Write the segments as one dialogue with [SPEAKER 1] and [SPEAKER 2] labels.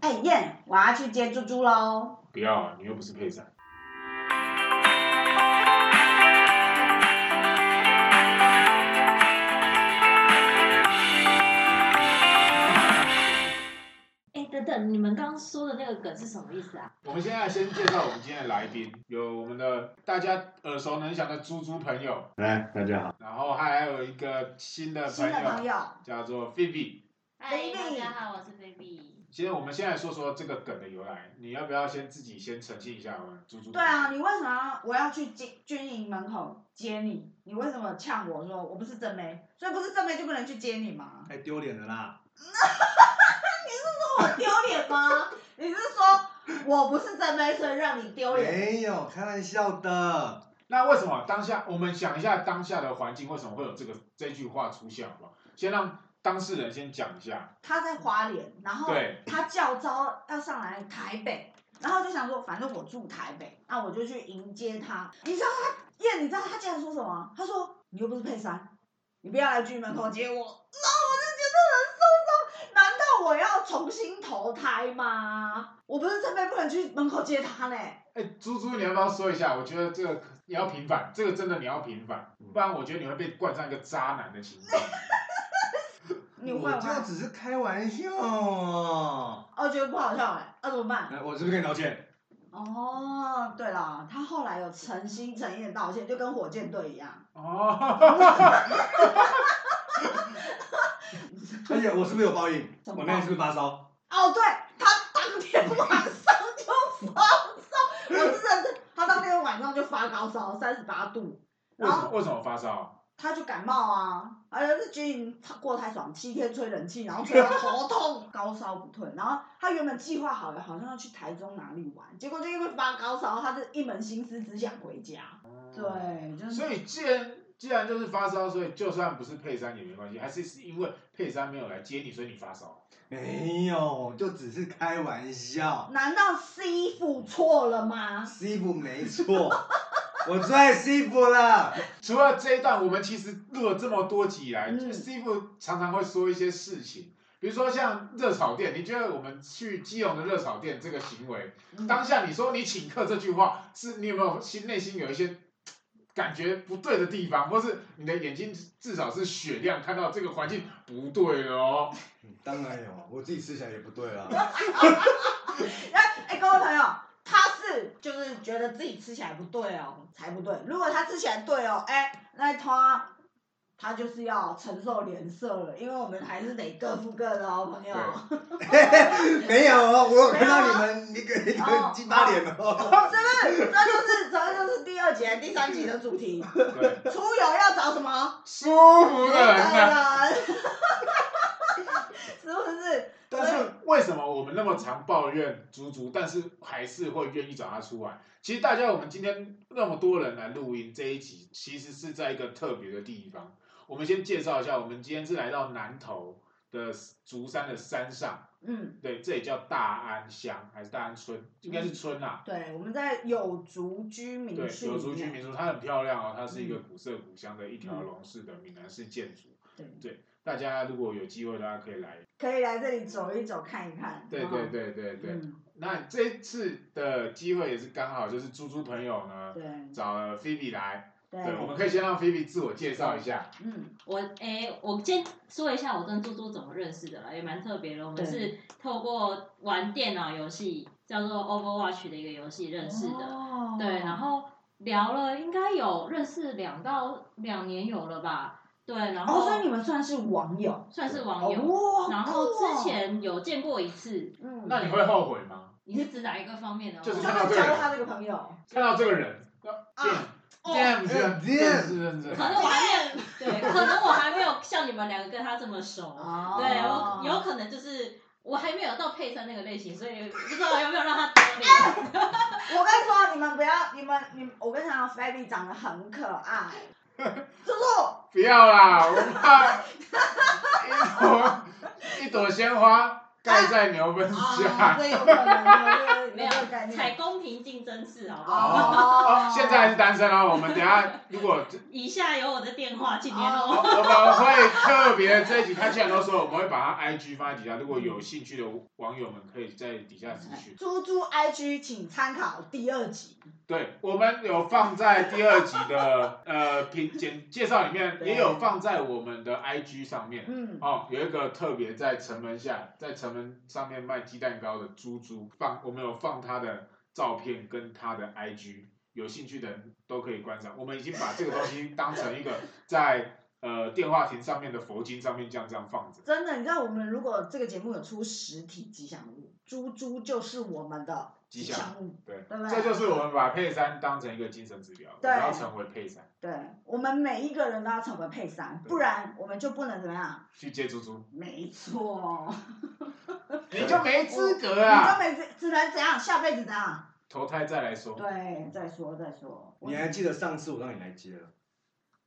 [SPEAKER 1] 哎燕，我要去接猪猪喽。
[SPEAKER 2] 不要啊，你又不是配菜。
[SPEAKER 3] 哎，等等，你们刚刚说的那个梗是什么意思啊？
[SPEAKER 2] 我们现在先介绍我们今天的来宾，有我们的大家耳熟能详的猪猪朋友，
[SPEAKER 4] 来，大家好，
[SPEAKER 2] 然后还有一个新的
[SPEAKER 1] 新
[SPEAKER 2] 朋
[SPEAKER 1] 的朋
[SPEAKER 2] 友，
[SPEAKER 1] 友，
[SPEAKER 2] 叫做 Vivi。
[SPEAKER 3] 嗨，
[SPEAKER 1] Baby
[SPEAKER 3] 大家好，我是 baby。
[SPEAKER 2] 其实我们现在说说这个梗的由来，你要不要先自己先澄清一下我们猪猪？
[SPEAKER 1] 对啊，，你为什么要我要去接军营门口接你？你为什么呛我说我不是正妹？所以不是正妹就不能去接你吗？
[SPEAKER 4] 太丢脸了啦！
[SPEAKER 1] 我 丢脸吗？你是说我不是正妹，所以让你丢脸？
[SPEAKER 4] 没有，开玩笑的。
[SPEAKER 2] 那为什么当下我们想一下当下的环境，为什么会有这个这句话出现好不好？先让当事人先讲一下。
[SPEAKER 1] 他在花莲，然后
[SPEAKER 2] 对
[SPEAKER 1] 他叫招要上来台北，然后就想说反正我住台北，那我就去迎接他。你知道他燕，你知道他竟然说什么？他说你又不是佩珊，你不要来军门口接我。然后我就觉得很受伤，难道我要重新投胎吗？我不是这辈不能去门口接他呢。
[SPEAKER 2] 哎，猪猪，你要不要说一下？我觉得这个你要平反，这个真的你要平反，不然我觉得你会被冠上一个渣男的情况。
[SPEAKER 1] 你
[SPEAKER 4] 我
[SPEAKER 1] 会
[SPEAKER 4] 这
[SPEAKER 1] 吗？
[SPEAKER 4] 只是开玩笑。哎，
[SPEAKER 1] 哦，觉得不好笑哎，那、怎么办？
[SPEAKER 4] 我是不是跟你道歉？
[SPEAKER 1] 哦，对了，他后来有诚心诚意的道歉，就跟火箭队一样。
[SPEAKER 2] 哦，
[SPEAKER 4] 而且我是不是有报应？
[SPEAKER 1] 怎么
[SPEAKER 4] 我那天是不是发烧？
[SPEAKER 1] 哦，对他当天晚上就发烧，我是认真，他当天晚上就发高烧，三十八度，
[SPEAKER 2] 为
[SPEAKER 1] 然
[SPEAKER 2] 什么
[SPEAKER 1] 后
[SPEAKER 2] 为什么发烧？啊
[SPEAKER 1] 他就感冒啊，而且是军营过太爽，七天吹冷气，然后吹到头痛，高烧不退，然后他原本计划好了，好像要去台中哪里玩，结果就因为发高烧，他就一门心思只想回家，对，就是
[SPEAKER 2] 哦所以既然既然就是发烧，所以就算不是佩珊也没关系，还是是因为佩珊没有来接你，所以你发烧。啊
[SPEAKER 4] 没有，就只是开玩笑。
[SPEAKER 1] 难道师傅错了吗？
[SPEAKER 4] 师傅没错， 我最爱师傅了。
[SPEAKER 2] 除了这一段，我们其实录了这么多集以来、
[SPEAKER 1] 嗯
[SPEAKER 2] s t e v e 常常会说一些事情，比如说像热炒店，你觉得我们去基隆的热炒店这个行为，
[SPEAKER 1] 嗯
[SPEAKER 2] 当下你说你请客这句话，是你有没有心内心有一些感觉不对的地方，或是你的眼睛至少是雪亮，看到这个环境不对了哦。
[SPEAKER 4] 当然有，啊我自己思想也不对啊啦。
[SPEAKER 1] 哎、哎，各位朋友，他是就是觉得自己吃起来不对哦，才不对。如果他吃起来对哦，哎、那他他就是要承受脸色了，因为我们还是得各付各的哦，朋友。
[SPEAKER 2] 对
[SPEAKER 4] 没有哦，我有看
[SPEAKER 1] 没
[SPEAKER 4] 到
[SPEAKER 1] 有
[SPEAKER 4] 你
[SPEAKER 1] 啊
[SPEAKER 4] 们一个一
[SPEAKER 1] 哦
[SPEAKER 4] 个鸡巴脸哦。
[SPEAKER 1] 是不是？这就是这就是第二节、第三集的主题。
[SPEAKER 2] 对，
[SPEAKER 1] 出游要找什么？
[SPEAKER 2] 舒服的人啊呢、
[SPEAKER 1] 人。 是不是？
[SPEAKER 2] 但是为什么我们那么常抱怨猪猪，但是还是会愿意找他出来？其实大家，我们今天那么多人来录音这一集，其实是在一个特别的地方。我们先介绍一下，我们今天是来到南投的竹山的山上，
[SPEAKER 1] 嗯，
[SPEAKER 2] 对，这里叫大安乡还是大安村，应该是村啦、
[SPEAKER 1] 对，我们在有族居民
[SPEAKER 2] 对，
[SPEAKER 1] 区
[SPEAKER 2] 有
[SPEAKER 1] 里
[SPEAKER 2] 族居
[SPEAKER 1] 面
[SPEAKER 2] 民宿，它很漂亮哦，它是一
[SPEAKER 1] 嗯
[SPEAKER 2] 个古色古香的一条龙式的闽南式建筑。
[SPEAKER 1] 对
[SPEAKER 2] 大家如果有机会，大家可以来。
[SPEAKER 1] 可以来这里走一走、看一看。
[SPEAKER 2] 对
[SPEAKER 1] 哦
[SPEAKER 2] 对对对对。
[SPEAKER 1] 嗯
[SPEAKER 2] 那这一次的机会也是刚好，就是猪猪朋友呢
[SPEAKER 1] 对
[SPEAKER 2] 找了菲比来，
[SPEAKER 1] 对
[SPEAKER 2] 对，我们可以先让菲比自我介绍一下。
[SPEAKER 1] 嗯，
[SPEAKER 3] 我哎、我先说一下我跟猪猪怎么认识的啦，也蛮特别的。我们
[SPEAKER 1] 对
[SPEAKER 3] 是透过玩电脑游戏叫做 Overwatch 的一个游戏认识的。
[SPEAKER 1] 哦
[SPEAKER 3] 对，然后聊了应该有认识两到两年有了吧？对，然
[SPEAKER 1] 哦，
[SPEAKER 3] 后
[SPEAKER 1] 所以你们算是网友，
[SPEAKER 3] 算是网友，
[SPEAKER 1] 哦，
[SPEAKER 3] 然后之，前有见过一次。
[SPEAKER 1] 嗯，
[SPEAKER 2] 那你会后悔吗？
[SPEAKER 3] 你是指哪一个方面呢？
[SPEAKER 2] 就是
[SPEAKER 1] 就
[SPEAKER 2] 看到
[SPEAKER 1] 是
[SPEAKER 2] 这个
[SPEAKER 1] 交
[SPEAKER 2] 人
[SPEAKER 1] 他这个朋友，
[SPEAKER 2] 看到这个人，damn，damn，
[SPEAKER 1] 哦
[SPEAKER 4] damn
[SPEAKER 2] 是认识，
[SPEAKER 3] 可能我还 没有，对，可能我还没有像你们两个跟他这么熟。
[SPEAKER 1] 哦
[SPEAKER 3] 对，我有可能就是我还没有到配上那个类型，所以不知道有没有让他丢 脸。
[SPEAKER 1] 我跟你说，你们不要，你们你，我跟你讲，Fabi 长得很可爱，猪 猪，
[SPEAKER 2] 不要啦，我怕一朵一朵鲜花盖在牛粪
[SPEAKER 1] 啊，
[SPEAKER 2] 下。
[SPEAKER 1] 这有可能，有
[SPEAKER 3] 没
[SPEAKER 1] 有
[SPEAKER 3] 有
[SPEAKER 1] 这个概
[SPEAKER 3] 才
[SPEAKER 1] 念。
[SPEAKER 3] 公平竞争制，好不好？
[SPEAKER 1] 哦
[SPEAKER 2] 现在还是单身啊，我们等一下如果
[SPEAKER 3] 以下有我的电话，请联
[SPEAKER 2] 我
[SPEAKER 3] 络 我。
[SPEAKER 2] 们会特别这一集，他既然都说，我们会把他 IG 放在底下，如果有兴趣的网友们可以在底下咨询。
[SPEAKER 1] 猪猪 IG 请参考第二集，
[SPEAKER 2] 对，我们有放在第二集的呃评简介绍里面，
[SPEAKER 1] 对
[SPEAKER 2] 也有放在我们的 IG 上面。
[SPEAKER 1] 嗯，
[SPEAKER 2] 哦，有一个特别在城门下，在城门上面卖鸡蛋糕的猪猪，放我们有放他的照片跟他的 IG，有兴趣的人都可以观赏。我们已经把这个东西当成一个在呃电话亭上面的佛经上面这样这样放着。
[SPEAKER 1] 真的，你知道我们如果这个节目有出实体吉祥物，猪猪就是我们的
[SPEAKER 2] 吉祥
[SPEAKER 1] 祥物，
[SPEAKER 2] 对，
[SPEAKER 1] 对不对
[SPEAKER 2] 这就是我们把佩珊当成一个精神指标，我
[SPEAKER 1] 对
[SPEAKER 2] 们要成为佩珊
[SPEAKER 1] 对我们每一个人都要成为配三，
[SPEAKER 2] 对
[SPEAKER 1] 不然我们就不能怎么样？
[SPEAKER 2] 去接猪猪，
[SPEAKER 1] 没错，
[SPEAKER 2] 你就没资格
[SPEAKER 1] 你就
[SPEAKER 2] 啊！
[SPEAKER 1] 每次只能怎样？下辈子怎样？
[SPEAKER 2] 投胎再来说。
[SPEAKER 1] 对，再说再说，
[SPEAKER 4] 你还记得上次我让你来接了？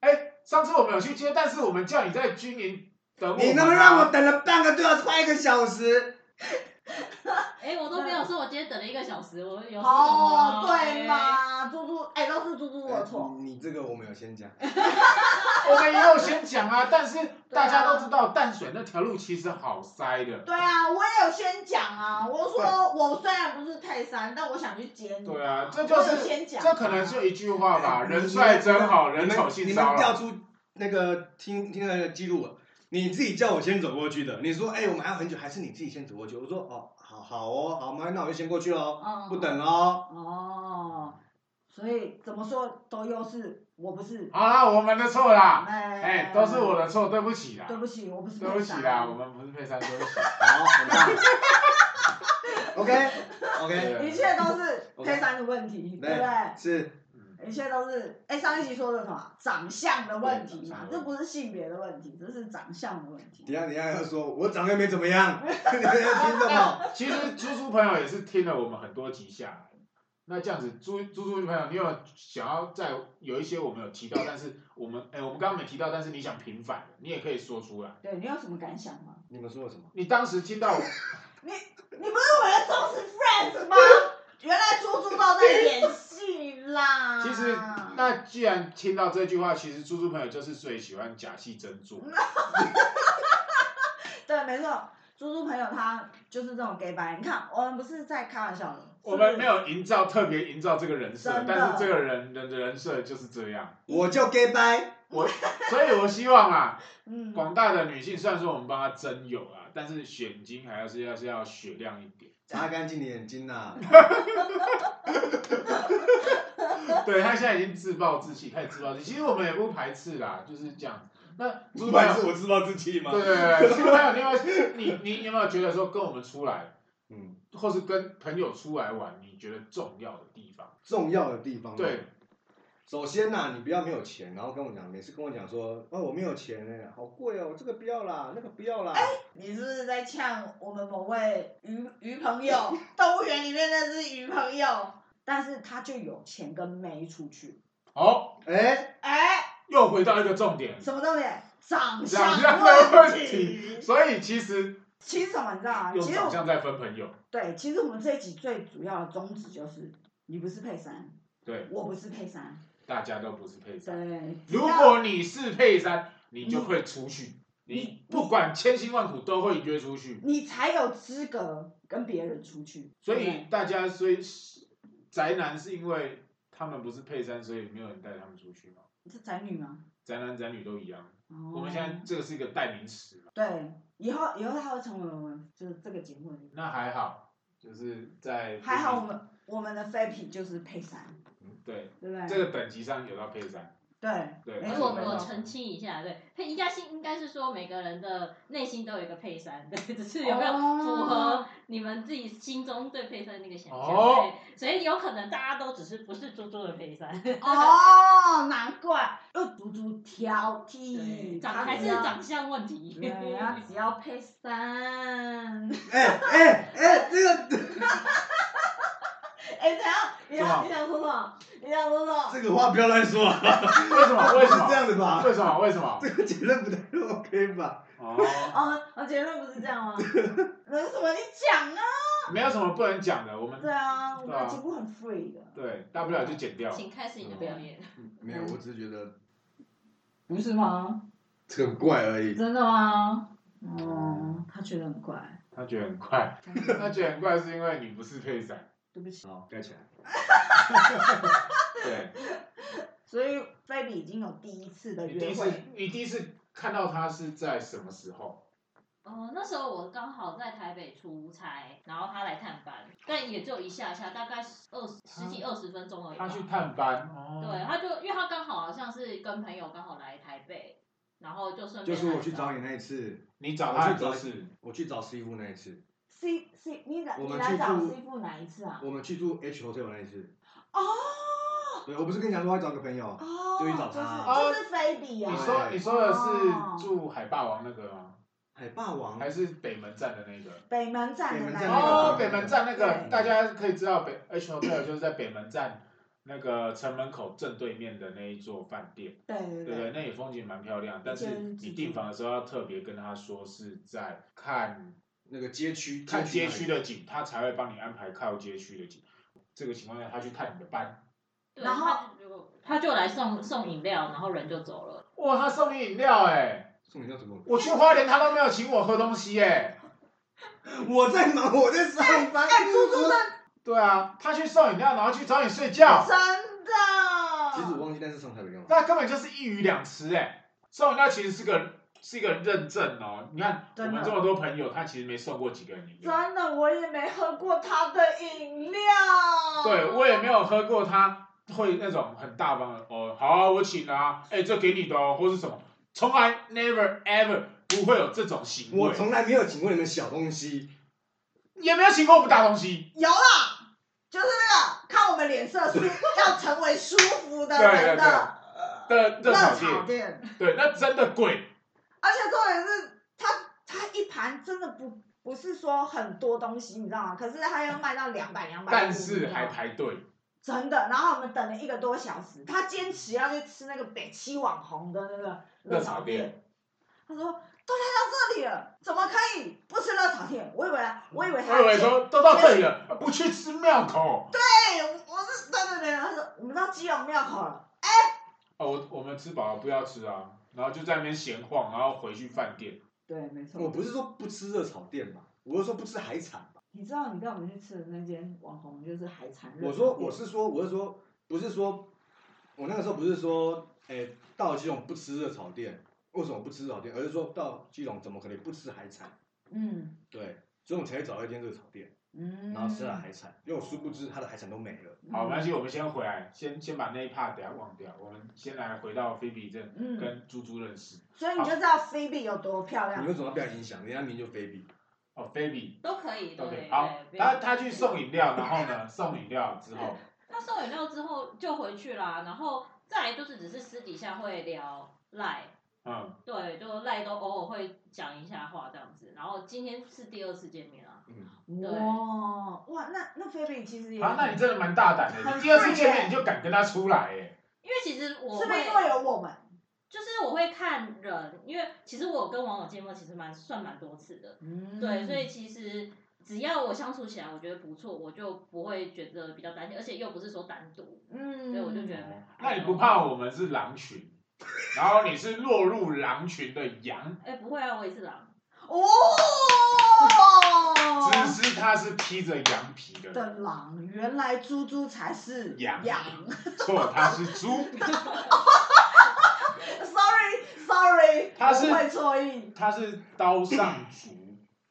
[SPEAKER 2] 哎，上次我们有去接，但是我们叫你在军营等我们啊、
[SPEAKER 4] 你他妈让我等了半个多小时，快一个小时，
[SPEAKER 3] 哎，我都没有说，我今天等了一个小时，我有
[SPEAKER 1] 哦，对？嘛，猪猪，哎，都是猪猪我错。
[SPEAKER 4] 你你这个我没有 先讲，
[SPEAKER 2] 我们也有先讲啊，但是大家都知道淡水那条路其实好塞的。
[SPEAKER 1] 对啊，我也有先讲啊，我说我虽然不是泰山，但我想去接你。
[SPEAKER 2] 对啊，这就
[SPEAKER 1] 我有
[SPEAKER 2] 是
[SPEAKER 1] 先讲啊嗯
[SPEAKER 2] 这可能就一句话吧，人帅真好，人丑
[SPEAKER 4] 你
[SPEAKER 2] 性
[SPEAKER 4] 们
[SPEAKER 2] 骚
[SPEAKER 4] 调
[SPEAKER 2] 扰。
[SPEAKER 4] 出那个听听那个记录了，你自己叫我先走过去的。你说，哎、我们还有很久，还是你自己先走过去？我说，哦，好好哦，好嘛，那我就先过去喽，
[SPEAKER 1] 嗯
[SPEAKER 4] 不。等喽。
[SPEAKER 1] 哦，所以怎么说都又是我不是，
[SPEAKER 2] 好啦，我们的错啦，
[SPEAKER 1] 哎
[SPEAKER 2] 哎，都是我。的错，对不起啦，
[SPEAKER 1] 对不起，我不是
[SPEAKER 2] 对不起
[SPEAKER 1] 泰
[SPEAKER 2] 啦，
[SPEAKER 1] 山
[SPEAKER 2] 我。们不是配三，对不起。
[SPEAKER 4] 好，很棒。OK
[SPEAKER 2] 对
[SPEAKER 4] OK，
[SPEAKER 1] 一切都 是
[SPEAKER 4] OK
[SPEAKER 1] 泰山的问题，对不对？
[SPEAKER 4] 是
[SPEAKER 2] 嗯
[SPEAKER 1] 一切都是，哎，上一集说的什么长相的问题嘛，
[SPEAKER 2] 对长相的问题
[SPEAKER 1] 这不是性别的问题，这是长相的问
[SPEAKER 4] 等一
[SPEAKER 1] 题。
[SPEAKER 4] 下等一下要说，我长得又没怎么样， 你们要听懂吗？
[SPEAKER 2] 其实猪猪朋友也是听了我们很多集下来，那这样子，猪猪猪朋友，你有想要在有一些我们有提到，但是我们哎，我们刚刚没提到，但是你想平反的，你也可以说出来。
[SPEAKER 1] 对你有什么感想吗？
[SPEAKER 4] 你们说了什么？
[SPEAKER 2] 你当时听到
[SPEAKER 1] 你不是我们的忠实 friends 吗？ 原来猪猪都在演戏啦。
[SPEAKER 2] 其实，
[SPEAKER 1] 啊
[SPEAKER 2] 那既然听到这句话，其实猪猪朋友就是最喜欢假戏真做。
[SPEAKER 1] 对，没错，猪猪朋友他就是这种 gay 白。你看，我们不是在开玩笑的，
[SPEAKER 2] 我们没有营造特别营造这个人设
[SPEAKER 1] 真，的
[SPEAKER 2] 但是这个人人的人设就是 这样。
[SPEAKER 4] 我就 gay bye。
[SPEAKER 2] 我所以，我希望啊，
[SPEAKER 1] 嗯，
[SPEAKER 2] 广大的女性，虽然说我们帮她增友啊，但是选精还是要是要雪亮一 点。
[SPEAKER 4] 擦干净你眼睛 呐、
[SPEAKER 2] 对她现在已经自暴自弃，开始自暴自弃。其实我们也不排斥啦，就是这样。那猪猪朋友
[SPEAKER 4] 我自暴自弃吗
[SPEAKER 2] 对对对，猪猪朋友，你有没有你你有没有觉得说跟我们出来，
[SPEAKER 4] 嗯，
[SPEAKER 2] 或是跟朋友出来玩，你觉得重要的地方？
[SPEAKER 4] 重要的地方。
[SPEAKER 2] 对，
[SPEAKER 4] 首先呐、你不要没有钱，然后跟我讲，每次跟我讲说，哦，我没有钱哎、好贵哦，这个不要啦，那个不要啦。
[SPEAKER 1] 你是不是在呛我们某位鱼鱼朋 友？动物园里面那只鱼朋友，但是他就有钱跟没出去。
[SPEAKER 2] 好，
[SPEAKER 4] 哎、
[SPEAKER 1] 哎、
[SPEAKER 2] 又回到一个重点，
[SPEAKER 1] 什么重点？长
[SPEAKER 2] 长
[SPEAKER 1] 相
[SPEAKER 2] 相的问
[SPEAKER 1] 题
[SPEAKER 2] 题。。所以其实
[SPEAKER 1] 其实什么你知道啊？
[SPEAKER 2] 用
[SPEAKER 1] 其实
[SPEAKER 2] 长
[SPEAKER 1] 我
[SPEAKER 2] 相在分朋友，
[SPEAKER 1] 对，其实我们这一集最主要的宗旨就是，你不是配三，
[SPEAKER 2] 对，
[SPEAKER 1] 我不是配三，
[SPEAKER 2] 大家都不是配三。
[SPEAKER 1] 对。
[SPEAKER 2] 如果你是配三，你就会出去，
[SPEAKER 1] 你
[SPEAKER 2] 你不管千辛万苦都会约出去。
[SPEAKER 1] 你才有资格跟别人出去。
[SPEAKER 2] 所
[SPEAKER 1] 对不
[SPEAKER 2] 以
[SPEAKER 1] 对
[SPEAKER 2] 大家所以宅男是因为他们不是配三，所以没有人带他们出去嘛。
[SPEAKER 1] 是宅女吗？
[SPEAKER 2] 宅男宅女都一样，
[SPEAKER 1] 哦
[SPEAKER 2] 我们现在这个是一个代名词嘛，
[SPEAKER 1] 对以后以后他会成为我们就是这个节目的一
[SPEAKER 2] 那还好，就是在
[SPEAKER 1] 个还好我们我们的 Fappy 就是配三，
[SPEAKER 2] 对
[SPEAKER 1] 对不对？
[SPEAKER 2] 这个等级上有到配三，
[SPEAKER 1] 对
[SPEAKER 2] 对
[SPEAKER 1] 没
[SPEAKER 3] 哎，
[SPEAKER 1] 错
[SPEAKER 3] 我
[SPEAKER 1] 没
[SPEAKER 3] 我
[SPEAKER 1] 错。
[SPEAKER 3] 澄清一下，对，配应该是应该是说每个人的内心都有一个配衫，对，只是有没有符合
[SPEAKER 1] 哦
[SPEAKER 3] 你们自己心中对配衫那个想象，
[SPEAKER 2] 哦
[SPEAKER 3] 对，所以有可能大家都只是不是猪猪的配 衫，
[SPEAKER 1] 哦，难怪又足足挑
[SPEAKER 3] 对
[SPEAKER 1] 剔，
[SPEAKER 3] 长
[SPEAKER 1] 他
[SPEAKER 3] 还是
[SPEAKER 1] 只要
[SPEAKER 3] 长相问 题，
[SPEAKER 1] 对，他只要配三。
[SPEAKER 4] 哎哎哎，这个
[SPEAKER 1] 哎，等一下，你
[SPEAKER 2] 什么
[SPEAKER 1] 想你想说什么？你你想说什么？
[SPEAKER 4] 这个话不要乱说啊，
[SPEAKER 2] 为什么？为什
[SPEAKER 4] 是这
[SPEAKER 2] 么？
[SPEAKER 4] 样的吧？
[SPEAKER 2] 为什么？为什么？
[SPEAKER 4] 这个结论不太 OK 吧？
[SPEAKER 2] 哦，
[SPEAKER 1] 哦，我结论不是这样吗？能什么？你讲啊！
[SPEAKER 2] 没有什么不能讲的，我们
[SPEAKER 1] 对啊，我
[SPEAKER 2] 对啊
[SPEAKER 1] 们节目很 free 的。
[SPEAKER 2] 对，大不了就剪掉。
[SPEAKER 3] 请开始你的
[SPEAKER 2] 嗯
[SPEAKER 3] 表演。
[SPEAKER 4] 没有，我只是觉得
[SPEAKER 1] 不是吗？
[SPEAKER 4] 这个很怪而已。
[SPEAKER 1] 真的吗？哦，他觉得很怪。
[SPEAKER 2] 他觉得很快， 他觉得很快是因为你不是配伞。
[SPEAKER 1] 对不起，
[SPEAKER 4] 好，盖起来。
[SPEAKER 2] 对，
[SPEAKER 1] 所以菲比已经有第一次的
[SPEAKER 2] 你第
[SPEAKER 1] 约
[SPEAKER 2] 一次
[SPEAKER 1] 会，
[SPEAKER 2] 你第一次看到他是在什么时候？
[SPEAKER 3] 哦，那时候我刚好在台北出差，然后他来探班，但也就一下下，大概二十十几二十分钟而已吧。
[SPEAKER 2] 他去探班。哦
[SPEAKER 3] 对，他就因为他刚好好像是跟朋友刚好来台北，然后就顺便
[SPEAKER 4] 就是我去
[SPEAKER 3] 来
[SPEAKER 4] 找你那一次，
[SPEAKER 2] 你找他很多次，
[SPEAKER 4] 我去找师傅那一次，
[SPEAKER 1] C C，你来
[SPEAKER 4] 我
[SPEAKER 1] 你
[SPEAKER 4] 们
[SPEAKER 1] 来
[SPEAKER 4] 去
[SPEAKER 1] 找
[SPEAKER 4] 住
[SPEAKER 1] C 傅哪一次啊？
[SPEAKER 4] 我们去住 H hotel 那一次。
[SPEAKER 1] 哦
[SPEAKER 4] 对，我不是跟你讲说我要找个朋友，
[SPEAKER 1] 哦，
[SPEAKER 4] 就去找他
[SPEAKER 1] 就是就是菲比
[SPEAKER 2] 你
[SPEAKER 1] 啊。哦
[SPEAKER 2] 说
[SPEAKER 4] 对
[SPEAKER 2] 你说的是住海霸王那个吗？
[SPEAKER 4] 海霸王
[SPEAKER 2] 还是北门站的那个？
[SPEAKER 1] 北门站的
[SPEAKER 4] 北门
[SPEAKER 1] 那
[SPEAKER 4] 站
[SPEAKER 1] 个
[SPEAKER 4] 那
[SPEAKER 2] 哦
[SPEAKER 4] 个，
[SPEAKER 2] 北门站那个
[SPEAKER 1] 对，
[SPEAKER 2] 大家可以知道北 H Hotel 就是在北门站那个城门口正对面的那一座饭店，
[SPEAKER 1] 对
[SPEAKER 2] 对
[SPEAKER 1] 对
[SPEAKER 2] 不对？
[SPEAKER 1] 对，
[SPEAKER 2] 那里风景蛮漂亮，但是你订房的时候要特别跟他说是在看
[SPEAKER 4] 那个街区，
[SPEAKER 2] 看街区
[SPEAKER 4] 的，
[SPEAKER 2] 的景，他才会帮你安排靠街区的景。这个情况下，他去探你的班，
[SPEAKER 3] 对
[SPEAKER 1] 然后
[SPEAKER 3] 他就他就来送送饮料，然后人就走了。
[SPEAKER 2] 哇，他送你饮料哎、
[SPEAKER 4] 送你叫什么？
[SPEAKER 2] 我去花莲他都没有请我喝东西哎、
[SPEAKER 4] 我在忙，我在上班。
[SPEAKER 1] 哎，猪猪的
[SPEAKER 2] 对啊，他去送饮料，然后去找你睡觉，
[SPEAKER 1] 真
[SPEAKER 4] 其实我
[SPEAKER 1] 的，
[SPEAKER 4] 忘记那次上台北干嘛。
[SPEAKER 2] 那根本就是一鱼两吃哎、送饮料其实是个是一个认证哦。你看我
[SPEAKER 1] 真的
[SPEAKER 2] 们这么多朋友，他其实没送过几个人饮料，
[SPEAKER 1] 真的我也没喝过他的饮料。
[SPEAKER 2] 对我也没有喝过他会那种很大方的哦，好啊，我请啊，哎、这给你的哦，或是什么，从来 never ever 不会有这种行为，
[SPEAKER 4] 我从来没有请过你们小东西，
[SPEAKER 2] 也没有请过我们大东西。
[SPEAKER 1] 有啦，就是那个看我们脸 色是要成为舒服的人的
[SPEAKER 2] 的热
[SPEAKER 1] 热
[SPEAKER 2] 炒
[SPEAKER 1] 炒
[SPEAKER 2] 店，
[SPEAKER 1] 店，
[SPEAKER 2] 对，那真的贵，
[SPEAKER 1] 而且重点是它它一盘真的不不是说很多东西，你知道吗？可是它要卖到两百两百，
[SPEAKER 2] 但是还排队。
[SPEAKER 1] 真的。然后我们等了一个多小时，他坚持要去吃那个北七网红的那个热炒
[SPEAKER 2] 热炒
[SPEAKER 1] 店。他说都来到这里了，怎么可以不吃热炒店？我以为我以为他
[SPEAKER 2] 我以为说都到这里了，不去吃庙口。
[SPEAKER 1] 对，哎我是对对对，他说我们到基隆庙口了。
[SPEAKER 2] 哦，我我们吃饱了不要吃啊，然后就在那边闲晃，然后回去饭店。
[SPEAKER 1] 对，没错。
[SPEAKER 4] 我不是说不吃热炒店吧，我是说不吃海产吧。
[SPEAKER 1] 你知道你带我们去吃的那间网红就是海产热炒店
[SPEAKER 4] 我说我是说我是说不是说，我那个时候不是说，哎、到基隆不吃热炒店，为什么不吃热炒店？而是说到基隆怎么可能不吃海产？
[SPEAKER 1] 嗯
[SPEAKER 4] 对，所以我们才去找一间热炒店，
[SPEAKER 1] 嗯，
[SPEAKER 4] 然后吃了海产，因为我殊不知它的海产都没了。
[SPEAKER 1] 嗯
[SPEAKER 2] 好，没关系，我们先回来，先先把那一 part 等下忘掉，我们先来回到菲比镇
[SPEAKER 1] 嗯，
[SPEAKER 2] 跟猪猪认识。
[SPEAKER 1] 所以你就知道菲比有多漂亮
[SPEAKER 4] 你。为什么不要影响？人家名就菲比，
[SPEAKER 2] 哦，菲比
[SPEAKER 3] 都可以，对
[SPEAKER 2] ，OK，
[SPEAKER 3] 对。
[SPEAKER 2] 好，
[SPEAKER 3] 对
[SPEAKER 2] 他他去送饮料，然后呢，送饮料之 后，
[SPEAKER 3] 他送饮料之后就回去啦，然后再来就是只是私底下会聊赖，
[SPEAKER 2] 嗯，
[SPEAKER 3] 对，就赖都偶尔会讲一下话这样子。然后今天是第二次见面啊，
[SPEAKER 4] 嗯，
[SPEAKER 1] 哇哇，那那菲比其实也
[SPEAKER 2] 啊，那你真的蛮大胆的，你第二次见面你就敢跟他出来，哎，
[SPEAKER 3] 因为其实我
[SPEAKER 1] 是不是因
[SPEAKER 3] 会
[SPEAKER 1] 为有我们？
[SPEAKER 3] 就是我会看人，因为其实我跟网友见面其实蛮算蛮多次的，
[SPEAKER 1] 嗯
[SPEAKER 3] 对，所以其实只要我相处起来我觉得不错，我就不会觉得比较担心，而且又不是说单独，
[SPEAKER 1] 嗯，
[SPEAKER 3] 对，我就觉得
[SPEAKER 2] 哦那你不怕我们是狼群，然后你是落入狼群的羊，
[SPEAKER 3] 哎、不会啊，我也是狼，
[SPEAKER 1] 哦，
[SPEAKER 2] 只是他是披着羊皮的 人。
[SPEAKER 1] 的狼，原来猪猪才是
[SPEAKER 2] 羊
[SPEAKER 1] 羊。
[SPEAKER 2] 错，他是猪，
[SPEAKER 1] sorry Sorry，
[SPEAKER 2] 他是
[SPEAKER 1] 我会错意
[SPEAKER 2] 他是刀上族。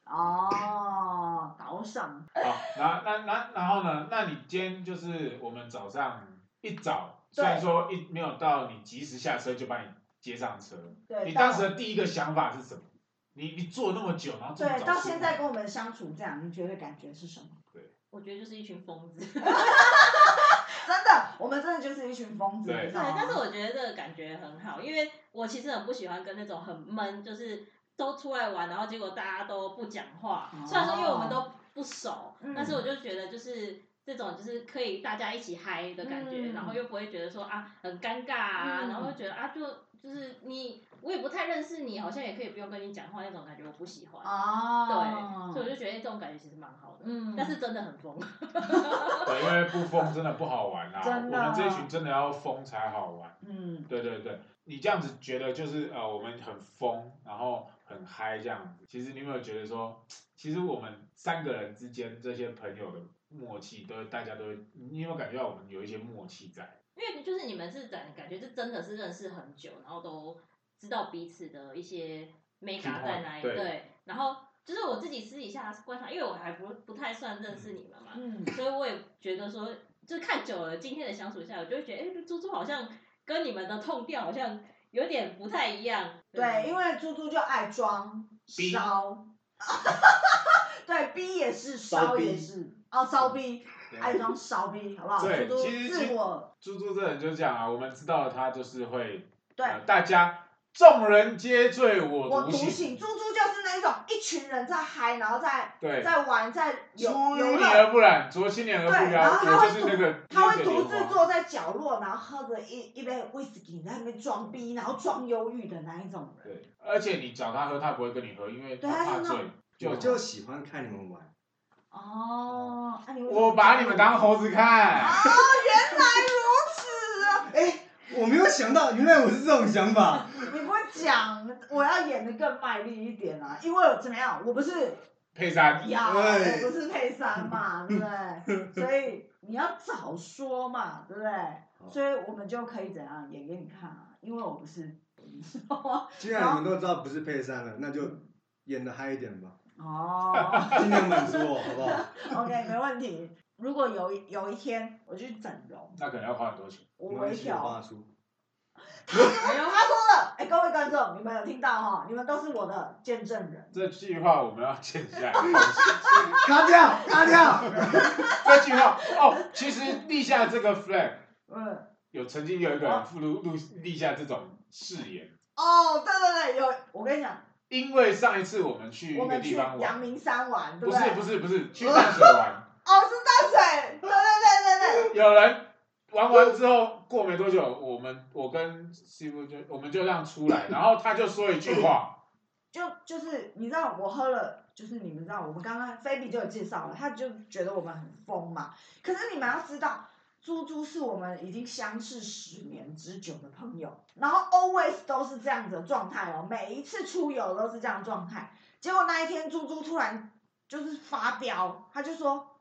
[SPEAKER 1] 哦，岛上
[SPEAKER 2] 好，然后那那然后呢？那你今天就是我们早上一早，
[SPEAKER 1] 对
[SPEAKER 2] 虽然说一没有到你及时下车就把你接上车，
[SPEAKER 1] 对，
[SPEAKER 2] 你
[SPEAKER 1] 到
[SPEAKER 2] 当时的第一个想法是什么？你你坐那么久，然后这么
[SPEAKER 1] 对
[SPEAKER 2] 早
[SPEAKER 1] 到
[SPEAKER 2] 出
[SPEAKER 1] 现
[SPEAKER 2] 门
[SPEAKER 1] 在跟我们相处这样，你觉得感觉是什么？
[SPEAKER 3] 我觉得就是一群疯子。
[SPEAKER 1] 真的，我们真的就是一群疯子，
[SPEAKER 2] 对
[SPEAKER 1] 你知
[SPEAKER 3] 对
[SPEAKER 1] 道，吗
[SPEAKER 3] 但是我觉得这个感觉很好，因为我其实很不喜欢跟那种很闷，就是都出来玩，然后结果大家都不讲话。
[SPEAKER 1] 哦
[SPEAKER 3] 虽然说因为我们都不熟，
[SPEAKER 1] 嗯
[SPEAKER 3] 但是我就觉得就是。这种就是可以大家一起嗨的感觉，
[SPEAKER 1] 嗯
[SPEAKER 3] 然后又不会觉得说啊很尴尬啊，
[SPEAKER 1] 嗯
[SPEAKER 3] 然后又觉得啊就就是你我也不太认识你，好像也可以不用跟你讲话那种感觉，我不喜欢。
[SPEAKER 1] 哦，
[SPEAKER 3] 对，所以我就觉得哎这种感觉其实蛮好的，
[SPEAKER 1] 嗯，
[SPEAKER 3] 但是真的很疯。
[SPEAKER 2] 对，因为不疯真的不好玩啦、啊
[SPEAKER 1] 真的
[SPEAKER 2] 我们这一群真的要疯才好玩。
[SPEAKER 1] 嗯，
[SPEAKER 2] 对对对，你这样子觉得就是呃，我们很疯，然后很嗨这样子。其实你有没有觉得说，其实我们三个人之间这些朋友的默契，都大家都会，你有没有感觉到我们有一些默契在？
[SPEAKER 3] 因为就是你们是感感觉是真的是认识很久，然后都知道彼此的一些 make
[SPEAKER 2] Key point，
[SPEAKER 3] up 在哪里，
[SPEAKER 2] 对
[SPEAKER 3] 然后就是我自己私底下观察，因为我还不不太算认识你们嘛，
[SPEAKER 1] 嗯，
[SPEAKER 3] 所以我也觉得说，就看久了今天的相处下来，我就会觉得，哎、猪猪好像跟你们的痛调好像有点不太一样。
[SPEAKER 1] 对，因为猪猪就爱装
[SPEAKER 2] 逼
[SPEAKER 1] 烧，对，逼也是，
[SPEAKER 4] 烧
[SPEAKER 1] 烧
[SPEAKER 4] 逼
[SPEAKER 1] 也是，哦，烧逼，
[SPEAKER 2] 对
[SPEAKER 1] 爱装烧逼，好不好？
[SPEAKER 2] 对
[SPEAKER 1] 猪猪
[SPEAKER 2] 其实其
[SPEAKER 1] 自
[SPEAKER 2] 实
[SPEAKER 1] 我，
[SPEAKER 2] 猪猪这人就这样啊，我们知道了他就是会，
[SPEAKER 1] 对
[SPEAKER 2] 呃大家众人皆醉
[SPEAKER 1] 我
[SPEAKER 2] 我
[SPEAKER 1] 独
[SPEAKER 2] 独
[SPEAKER 1] 醒，猪猪就是那一种一群人在嗨，然后在
[SPEAKER 2] 对，
[SPEAKER 1] 在玩，在游
[SPEAKER 2] 出
[SPEAKER 1] 游
[SPEAKER 2] 淤泥
[SPEAKER 1] 乐。
[SPEAKER 2] 而不染，濯清涟而不
[SPEAKER 1] 对然后他
[SPEAKER 2] 妖。我
[SPEAKER 1] 会
[SPEAKER 2] 就是那个，
[SPEAKER 1] 他会独自
[SPEAKER 2] 那个莲花。
[SPEAKER 1] 坐在角落，然后喝着一一杯威士忌，在那边装逼，然后装忧郁的那一种人。
[SPEAKER 2] 对，而且你找他喝，他不会跟你喝，因为
[SPEAKER 1] 对他
[SPEAKER 2] 他怕
[SPEAKER 1] 就那
[SPEAKER 2] 醉。
[SPEAKER 4] 我就喜欢看你们玩，
[SPEAKER 1] 哦，啊、你为什么
[SPEAKER 2] 嗯我把你们当猴子看，
[SPEAKER 1] 哦，原来如此 啊！
[SPEAKER 4] 哎，我没有想到，原来我是这种想法。
[SPEAKER 1] 你不会讲，我要演的更卖力一点啊！因为怎么样，我不是
[SPEAKER 2] 佩珊。
[SPEAKER 1] 呀，
[SPEAKER 4] 哎
[SPEAKER 1] 我不是配三 嘛，对不对？所以你要早说嘛，对不对？
[SPEAKER 4] 好
[SPEAKER 1] 所以我们就可以怎样演给你看啊？因为我不是，你知道 吗？
[SPEAKER 4] 既然你们都知道不是配三了，那就演的嗨一点吧，
[SPEAKER 1] 哦
[SPEAKER 4] 尽量满足我，好不好？
[SPEAKER 1] ，OK，没问题。如果有一有一天我去整容，
[SPEAKER 2] 那可能要花很多钱。
[SPEAKER 1] 我
[SPEAKER 4] 没
[SPEAKER 1] 微
[SPEAKER 4] 关系我
[SPEAKER 1] 调
[SPEAKER 4] 帮，他出。
[SPEAKER 3] 哎呦，
[SPEAKER 1] 他说了，哎，各位观众，你们有听到哈？你们都是我的见证人。
[SPEAKER 2] 这句话我们要剪下来放进去。
[SPEAKER 4] 卡掉， 卡掉。
[SPEAKER 2] 这句话哦，其实立下这个 flag，
[SPEAKER 1] 嗯，
[SPEAKER 2] 有曾经有一个
[SPEAKER 1] 啊
[SPEAKER 2] 人附录录立下这种誓言，
[SPEAKER 1] 哦，对对对，有，我跟你讲，
[SPEAKER 2] 因为上一次我们去
[SPEAKER 1] 我
[SPEAKER 2] 一个
[SPEAKER 1] 们
[SPEAKER 2] 地
[SPEAKER 1] 去
[SPEAKER 2] 方
[SPEAKER 1] 阳
[SPEAKER 2] 玩，
[SPEAKER 1] 明山玩，对
[SPEAKER 2] 不
[SPEAKER 1] 不
[SPEAKER 2] 是
[SPEAKER 1] 对？
[SPEAKER 2] 不是不是去淡水玩，
[SPEAKER 1] 哦，是淡水，对对对对对，
[SPEAKER 2] 有人玩完之后，过没多久，我们我跟师傅就我们就这样出 来，然后他就说一句话，
[SPEAKER 1] 就就是你知道我喝了，就是你们知道我们刚刚菲比就有介绍了，他就觉得我们很疯嘛。可是你们要知道，猪猪是我们已经相识十年之久的朋友，然后 always 都是这样子的状态哦，每一次出游都是这样的状态。结果那一天猪猪突然就是发飙，他就说：“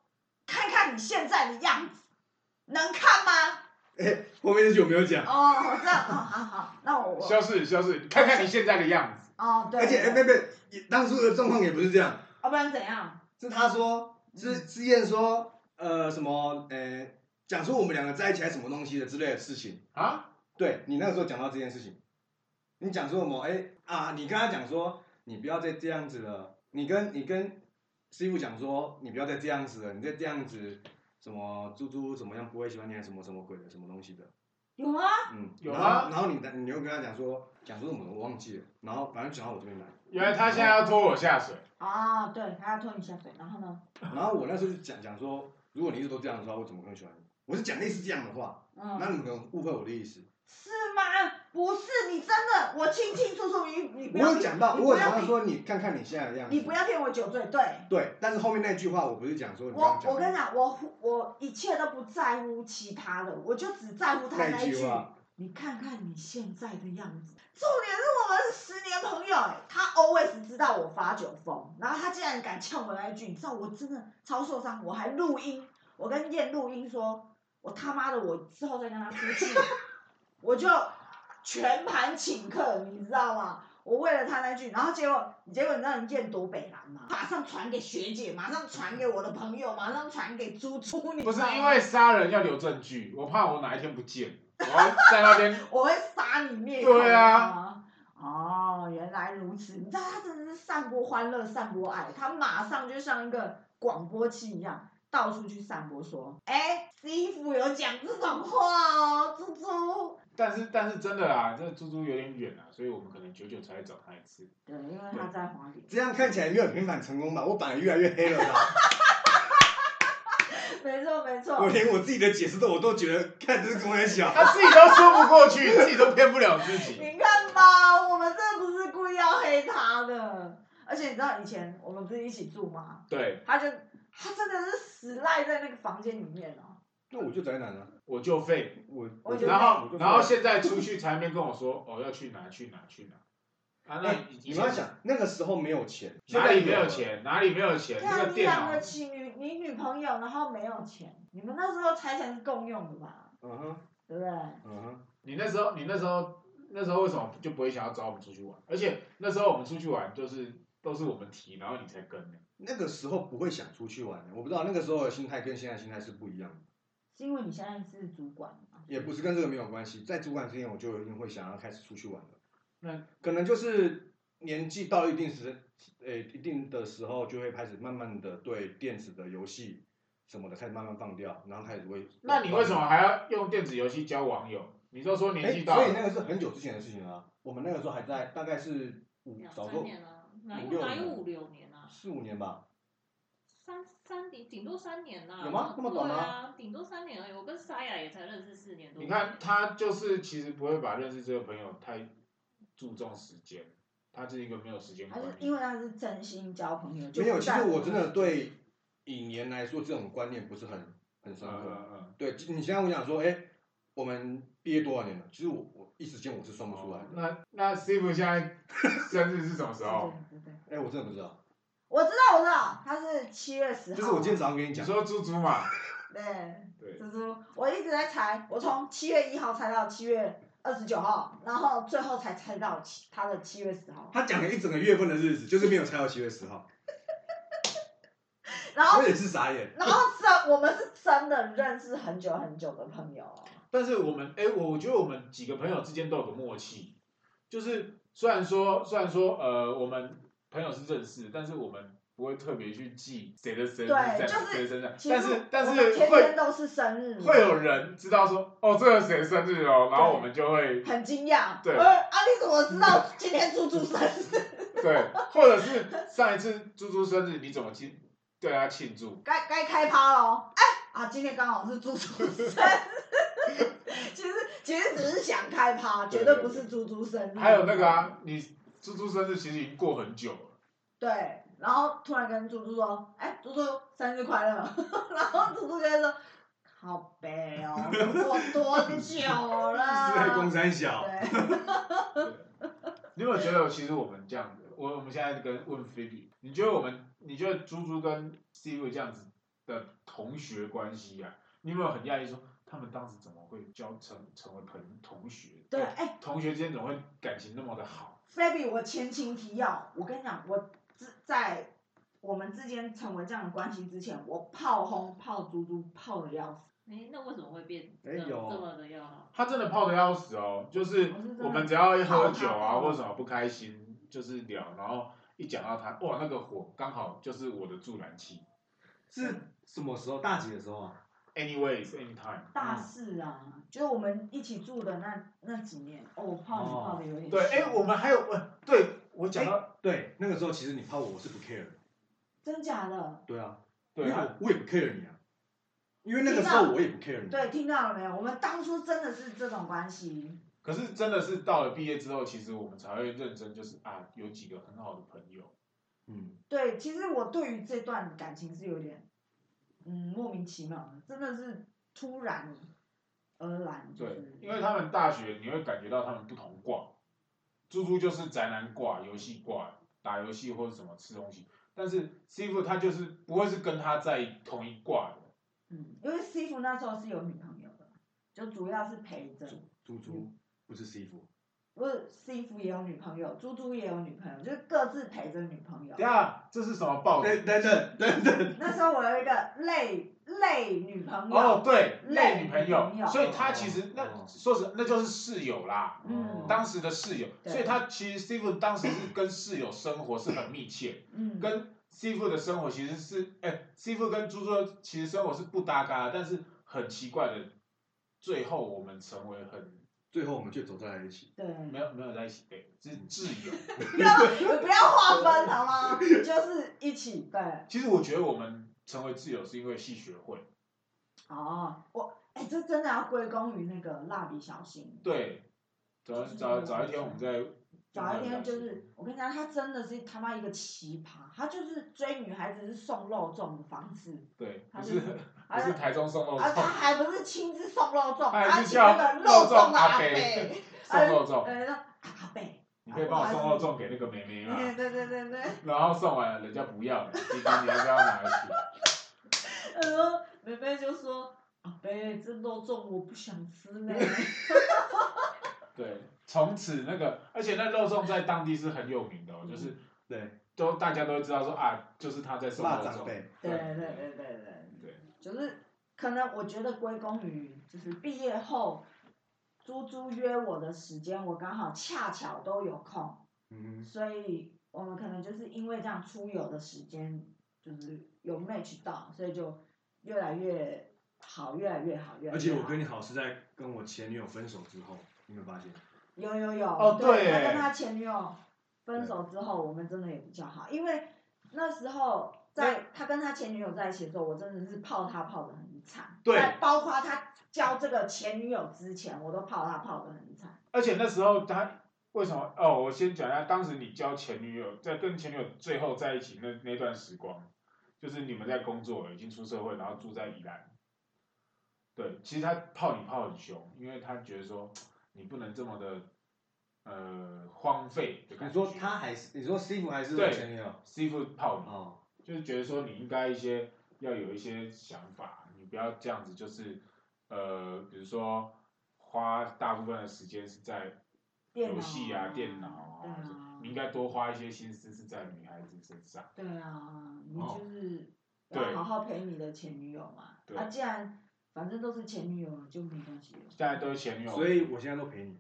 [SPEAKER 1] 看看你现在的样子，能看吗？”
[SPEAKER 4] 哎后面那句我没有讲，
[SPEAKER 1] 哦，这样，哦，好好，那我我
[SPEAKER 2] 消失消失，看看你现在的样子，
[SPEAKER 1] 哦，对，
[SPEAKER 4] 而且哎，
[SPEAKER 1] 对
[SPEAKER 4] 贝贝，也当初的状况也不是这样，
[SPEAKER 1] 要不然怎样？
[SPEAKER 4] 是他说，是之燕说，呃，什么，呃，讲出我们两个在一起还是什么东西的之类的事情。
[SPEAKER 2] 啊，
[SPEAKER 4] 对你那个时候讲到这件事情，你讲说我们哎啊，你跟他讲说你不要再这样子了，你跟你跟师傅讲说你不要再这样子了，你再这样子什么猪猪怎么样不会喜欢你，还是什么什么鬼的什么东西的，
[SPEAKER 1] 有吗？
[SPEAKER 4] 嗯，
[SPEAKER 2] 有
[SPEAKER 4] 然
[SPEAKER 2] 啊
[SPEAKER 4] 后然后你你又跟他讲说讲说什么我忘记了，然后反正讲到我这 边来，
[SPEAKER 2] 原来他现在要拖我下水，
[SPEAKER 1] 啊，对，他要拖你下水，然后呢？
[SPEAKER 4] 然后我那时候就讲讲说，如果你一直都这样的话，我怎么可能喜欢你？我是讲类似这样的话，那
[SPEAKER 1] 嗯，
[SPEAKER 4] 你们可能误会我的意思。
[SPEAKER 1] 是吗？不是，你真的，我清清楚楚，你你不
[SPEAKER 4] 我
[SPEAKER 1] 要
[SPEAKER 4] 有
[SPEAKER 1] 骗，
[SPEAKER 4] 讲到，
[SPEAKER 1] 你
[SPEAKER 4] 我有
[SPEAKER 1] 不要
[SPEAKER 4] 讲到
[SPEAKER 1] 骗，
[SPEAKER 4] 说，你看看你现在的样子，
[SPEAKER 1] 你不要骗我酒醉，对。
[SPEAKER 4] 对，但是后面那句话我不是讲说你刚
[SPEAKER 1] 我
[SPEAKER 4] 刚讲的
[SPEAKER 1] 我跟你讲，我我一切都不在乎其他的，我就只在乎他
[SPEAKER 4] 那
[SPEAKER 1] 那
[SPEAKER 4] 一
[SPEAKER 1] 一
[SPEAKER 4] 句
[SPEAKER 1] 句
[SPEAKER 4] 话。
[SPEAKER 1] 你看看你现在的样子，重点是我们是十年朋友、哎，他 always 知道我发酒疯，然后他竟然敢呛我那一句，你知道我真的超受伤，我还录音，我跟燕录音说，我他妈的我之后再跟他出去， 我就全盘请客，你知道吗？我为了他那句，然后结果，结果你知道你见多北蓝吗？马上传给学姐，马上传给我的朋友，马上传给猪猪，你
[SPEAKER 2] 不是
[SPEAKER 1] 知道吗
[SPEAKER 2] 因为杀人要留证据，我怕我哪一天不见，我要在那边，
[SPEAKER 1] 我会杀你灭口。
[SPEAKER 2] 对
[SPEAKER 1] 啊。哦，原来如此，你知道他真的是散播欢乐、散播爱，他马上就像一个广播器一样，到处去散播说，哎、师傅有讲这种话哦，猪猪。
[SPEAKER 2] 但是但是真的啦，这猪猪有点远啊，所以我们可能久久才会找他一次。
[SPEAKER 1] 对，因为他在花莲。
[SPEAKER 4] 这样看起来越平反成功吧？我 反而越来越黑了吧？
[SPEAKER 1] 没错没错
[SPEAKER 4] 我。连我自己的解释都我都觉得，看这是公然小。
[SPEAKER 2] 他自己都说不过去，自己都骗不了自己。
[SPEAKER 1] 你看吧，我们这不是故意要黑他的，而且你知道以前我们不是一起住吗？
[SPEAKER 2] 对，
[SPEAKER 1] 他就他真的是死赖在那个房间里面哦。
[SPEAKER 4] 那我就宅男啊，
[SPEAKER 2] 我就废。
[SPEAKER 4] 我
[SPEAKER 1] 我就
[SPEAKER 2] 然
[SPEAKER 4] 我
[SPEAKER 2] 后
[SPEAKER 4] 就
[SPEAKER 2] 然后现在出去才没跟我说哦要去哪去哪去哪。啊，那
[SPEAKER 4] 哎
[SPEAKER 2] 以
[SPEAKER 4] 你
[SPEAKER 2] 前
[SPEAKER 4] 们要想那个时候没有钱，
[SPEAKER 2] 哪里没
[SPEAKER 4] 现在
[SPEAKER 2] 有
[SPEAKER 4] 了？
[SPEAKER 2] 钱，哪里没有钱，
[SPEAKER 1] 对
[SPEAKER 2] 这
[SPEAKER 1] 啊，
[SPEAKER 2] 个
[SPEAKER 1] 你
[SPEAKER 2] 电
[SPEAKER 1] 两
[SPEAKER 2] 脑
[SPEAKER 1] 个情侣，你女朋友然后没有钱，你们那时候财产是共用的吧？
[SPEAKER 4] 嗯哼，
[SPEAKER 1] 对不对？
[SPEAKER 4] 嗯哼，
[SPEAKER 2] 你那时候，你那时候，那时候为什么就不会想要找我们出去玩？而且那时候我们出去玩就是都是我们提，然后你才跟呢、
[SPEAKER 4] 那个时候不会想出去玩的，我不知道那个时候的心态跟现在心态是不一样的，
[SPEAKER 1] 是因为你现在是主管嘛？
[SPEAKER 4] 也不是跟这个没有关系。在主管之前，我就一定会想要开始出去玩了。
[SPEAKER 2] 那
[SPEAKER 4] 可能就是年纪到一定时，呃、一定的时候就会开始慢慢的对电子的游戏什么的开始慢慢放掉，然后开始会。
[SPEAKER 2] 那你为什么还要用电子游戏交网友？你都说
[SPEAKER 4] 哎、
[SPEAKER 2] 年纪大
[SPEAKER 4] 所以那
[SPEAKER 2] 了，
[SPEAKER 4] 个是很久之前的事情了、啊。我们那个时候还在，大概是五
[SPEAKER 3] 两
[SPEAKER 4] 早
[SPEAKER 3] 三
[SPEAKER 4] 说
[SPEAKER 3] 年啊，哪
[SPEAKER 4] 五
[SPEAKER 3] 有
[SPEAKER 4] 六
[SPEAKER 3] 哪有
[SPEAKER 4] 年
[SPEAKER 3] 五六年啊？
[SPEAKER 4] 四五年吧。
[SPEAKER 3] 三三顶顶多三年呐、
[SPEAKER 4] 有吗那么短吗
[SPEAKER 3] 对啊，顶多三年而已。我跟沙雅也才认识四年多。
[SPEAKER 2] 你看他就是其实不会把认识这个朋友太注重时间，他是一个没有时间
[SPEAKER 1] 还
[SPEAKER 2] 观
[SPEAKER 1] 是
[SPEAKER 2] 念。
[SPEAKER 1] 因为他是真心交朋友？就
[SPEAKER 4] 没有，
[SPEAKER 1] 不
[SPEAKER 4] 其
[SPEAKER 1] 在
[SPEAKER 4] 实
[SPEAKER 1] 乎
[SPEAKER 4] 我真的对以年来说这种观念不是很很深
[SPEAKER 2] 嗯
[SPEAKER 4] 刻。
[SPEAKER 2] 嗯嗯，
[SPEAKER 4] 对，你现在我想说，哎、我们毕业多少年了？其实我我一时间我是算不出来
[SPEAKER 2] 哦
[SPEAKER 4] 的。
[SPEAKER 2] 那那 Steve 现在生日是什么时
[SPEAKER 1] 对
[SPEAKER 2] 候？
[SPEAKER 1] 对对对，
[SPEAKER 4] 哎、我真的不知道。
[SPEAKER 1] 我知道我知道，他是七月十号。
[SPEAKER 4] 就是我今天早上跟你
[SPEAKER 2] 你
[SPEAKER 4] 讲，
[SPEAKER 2] 说猪猪嘛？
[SPEAKER 1] 对，
[SPEAKER 2] 对，
[SPEAKER 1] 猪猪，我一直在猜，我从七月一号猜到七月二十九号，然后最后才猜到七他的七月十号。
[SPEAKER 4] 他讲了一整个月份的日子，就是没有猜到七月十号，
[SPEAKER 1] 然后
[SPEAKER 4] 我也是傻眼。
[SPEAKER 1] 然后真我们是真的认识很久很久的朋友哦。
[SPEAKER 2] 但是我们，哎、我我觉得我们几个朋友之间都有个默契，就是虽然说，虽然说，呃，我们朋友是认识，但是我们不会特别去记谁的生日在
[SPEAKER 1] 对就
[SPEAKER 2] 谁
[SPEAKER 1] 是
[SPEAKER 2] 的身上，
[SPEAKER 1] 其
[SPEAKER 2] 但
[SPEAKER 1] 实
[SPEAKER 2] 是但
[SPEAKER 1] 我
[SPEAKER 2] 是
[SPEAKER 1] 们天天
[SPEAKER 2] 会
[SPEAKER 1] 都是生日，
[SPEAKER 2] 会有人知道说，哦，这个谁生日哦，然后
[SPEAKER 1] 对
[SPEAKER 2] 我们就会
[SPEAKER 1] 很惊讶。
[SPEAKER 2] 对
[SPEAKER 1] 呃啊，你怎么知道今天猪猪生日？
[SPEAKER 2] 对，或者是上一次猪猪生日，你怎么庆对他庆祝？
[SPEAKER 1] 该该开趴喽！哎啊，今天刚好是猪猪生日，其实其实只是想开趴，
[SPEAKER 2] 对
[SPEAKER 1] 绝对不是猪猪生日。
[SPEAKER 2] 还有那个，啊，你猪猪生日其实已经过很久了，
[SPEAKER 1] 对，然后突然跟猪猪说：“哎，猪猪生日快乐！”然后猪猪就会说：“好悲哦，我多久
[SPEAKER 4] 在公
[SPEAKER 1] 了
[SPEAKER 4] 山？”小，
[SPEAKER 1] 对，
[SPEAKER 2] 对你有没有觉得，其实我们这样子，我我们现在跟问菲比，你觉得我们，你觉得猪猪跟 Steve 这样子的同学关系啊，你有没有很讶异说，他们当时怎么会交成成为朋同学？
[SPEAKER 1] 对，，哎
[SPEAKER 2] 同学之间怎么会感情那么的好？
[SPEAKER 1] ，Baby，我前情提要，我跟你讲，我之在我们之间成为这样的关系之前，我炮轰炮猪猪炮的要死。
[SPEAKER 3] 哎、那为什么会变
[SPEAKER 4] 哎
[SPEAKER 3] 得这
[SPEAKER 4] 有
[SPEAKER 3] 么的要好？
[SPEAKER 2] 他真的泡的要死哦，就是
[SPEAKER 1] 我是真的
[SPEAKER 2] 我们只要一喝酒
[SPEAKER 1] 泡
[SPEAKER 2] 啊
[SPEAKER 1] 他
[SPEAKER 2] 或者什么不开心，就是聊，然后一讲到他，哇，那个火刚好就是我的助燃器。
[SPEAKER 4] 是什么时候？大几的时候啊？
[SPEAKER 2] Anyways, anytime。
[SPEAKER 1] 大四啊，就是我们一起住的那那几年，哦，我泡你泡的有点
[SPEAKER 2] 对，
[SPEAKER 1] 凶
[SPEAKER 2] 哎、我们还有，我
[SPEAKER 4] 呃
[SPEAKER 2] 对我讲到
[SPEAKER 4] 对，那个时候其实你泡我，我是不 care 的。
[SPEAKER 1] 真假的？
[SPEAKER 4] 对啊，
[SPEAKER 2] 对
[SPEAKER 4] 因为
[SPEAKER 2] 啊
[SPEAKER 4] 我我也不 care 你啊，因为那个时候我也不 care 你。
[SPEAKER 1] 对，听到了没有？我们当初真的是这种关系，
[SPEAKER 2] 可是真的是到了毕业之后，其实我们才会认真，就是啊，有几个很好的朋友。
[SPEAKER 4] 嗯，
[SPEAKER 1] 对，其实我对于这段感情是有点，嗯，莫名其妙的，真的是突然而然，就
[SPEAKER 2] 对
[SPEAKER 1] 是，
[SPEAKER 2] 因为他们大学你会感觉到他们不同挂，猪猪就是宅男挂、游戏挂、打游戏或者什么吃东西，但是 C 傅他就是不会是跟他在同一挂的，
[SPEAKER 1] 嗯，因为师傅那时候是有女朋友的，就主要是陪着，
[SPEAKER 4] 猪猪不是师傅，
[SPEAKER 1] 不是师傅也有女朋友，猪猪也有女朋友，就是各自陪着女朋友
[SPEAKER 2] 等一。下这是什么报
[SPEAKER 4] 等
[SPEAKER 2] 纸？
[SPEAKER 4] 等等等等，
[SPEAKER 1] 那时候我有一个类类女朋友，
[SPEAKER 2] 哦，对，
[SPEAKER 1] 累
[SPEAKER 2] 累女朋
[SPEAKER 1] 女朋友
[SPEAKER 2] 友，所以他其实
[SPEAKER 4] 哦
[SPEAKER 2] 那说实，那就是室友啦。
[SPEAKER 1] 嗯
[SPEAKER 2] 哦当时的室友，
[SPEAKER 1] 对
[SPEAKER 2] 所以他其实 Steven 当时是跟室友生活是很密切，
[SPEAKER 1] 嗯，
[SPEAKER 2] 跟师傅的生活其实是，哎，师傅跟猪猪其实生活是不搭嘎的，但是很奇怪的，最后我们成为很
[SPEAKER 4] 最后我们却走在了一起。
[SPEAKER 1] 对，
[SPEAKER 2] 没有没有在一起，对，是挚友。
[SPEAKER 1] 不要不要划分好 吗？就是一起对。
[SPEAKER 2] 其实我觉得我们成为挚友是因为戏学会，
[SPEAKER 1] 哦，我哎，这真的要归功于那个蜡笔小新。
[SPEAKER 2] 对，早早早一天我们在
[SPEAKER 1] 早一天就是，我跟你讲，他真的是他妈一个奇葩，他就是追女孩子是送肉粽的方式，
[SPEAKER 2] 对，不
[SPEAKER 1] 他 就是啊
[SPEAKER 2] 不是台中送肉
[SPEAKER 1] 而他
[SPEAKER 2] 粽，
[SPEAKER 1] 还不是亲自送肉粽，
[SPEAKER 2] 还
[SPEAKER 1] 他
[SPEAKER 2] 哎是
[SPEAKER 1] 请那
[SPEAKER 2] 叫
[SPEAKER 1] 个
[SPEAKER 2] 肉
[SPEAKER 1] 粽
[SPEAKER 2] 粽
[SPEAKER 1] 的阿伯
[SPEAKER 2] 阿伯，送肉粽，
[SPEAKER 1] 呃，那阿伯，哎
[SPEAKER 2] 你可以帮我送肉粽给那个妹妹吗？
[SPEAKER 1] 对对对对对，
[SPEAKER 2] 然后送完了人家不要了，今天你要不要拿去？
[SPEAKER 1] 然后呃妹妹就说：“阿伯，这肉粽我不想吃 呢。
[SPEAKER 2] 对，从此那个，而且那肉粽在当地是很有名的、哦，就是
[SPEAKER 4] 对，
[SPEAKER 2] 都大家都会知道说啊，就是他在送肉
[SPEAKER 4] 骂长
[SPEAKER 2] 粽。
[SPEAKER 4] 辈，”
[SPEAKER 1] 对对对对对，
[SPEAKER 2] 对，
[SPEAKER 1] 就是可能我觉得归功于就是毕业后，猪猪约我的时间，我刚好恰巧都有空，
[SPEAKER 4] 嗯
[SPEAKER 1] 所以我们可能就是因为这样出游的时间就是有 match 到，所以就越来越好，越来越好，越来越
[SPEAKER 4] 哼，
[SPEAKER 1] 好。
[SPEAKER 4] 而且我跟你好是在跟我前女友分手之后，你有没有发现？
[SPEAKER 1] 有有有
[SPEAKER 2] 哦对
[SPEAKER 1] 他
[SPEAKER 2] 耶
[SPEAKER 1] 跟他前女友分手之后，我们真的也比较好，因为那时候在他跟他前女友在一起的时候，我真的是泡他泡的很惨，
[SPEAKER 2] 对
[SPEAKER 1] 在包括他交这个前女友之前，我都泡他泡的很惨，
[SPEAKER 2] 而且那时候他为什么？哦，我先讲一下，当时你交前女友，在跟前女友最后在一起那那段时光，就是你们在工作了，已经出社会，然后住在宜兰。对，其实他泡你泡很凶，因为他觉得说你不能这么的呃荒废的感
[SPEAKER 4] 你
[SPEAKER 2] 觉。
[SPEAKER 4] 说他还是，你说师傅还是
[SPEAKER 2] 对
[SPEAKER 4] 我前女友？
[SPEAKER 2] 师傅泡你，
[SPEAKER 4] 哦，
[SPEAKER 2] 就是觉得说你应该一些要有一些想法，你不要这样子，就是呃，比如说花大部分的时间是在
[SPEAKER 1] 电脑
[SPEAKER 2] 游戏啊、电脑
[SPEAKER 1] 对
[SPEAKER 2] 啊，
[SPEAKER 1] 啊
[SPEAKER 2] 你应该多花一些心思是在女孩子身上。
[SPEAKER 1] 对啊，你
[SPEAKER 4] 哦
[SPEAKER 1] 就是
[SPEAKER 2] 对
[SPEAKER 1] 要好好陪你的前女友嘛，
[SPEAKER 2] 对
[SPEAKER 1] 啊，既然反正都是前女友了，就没关系了。
[SPEAKER 2] 现在都是前女友，
[SPEAKER 4] 所以我现在都陪你。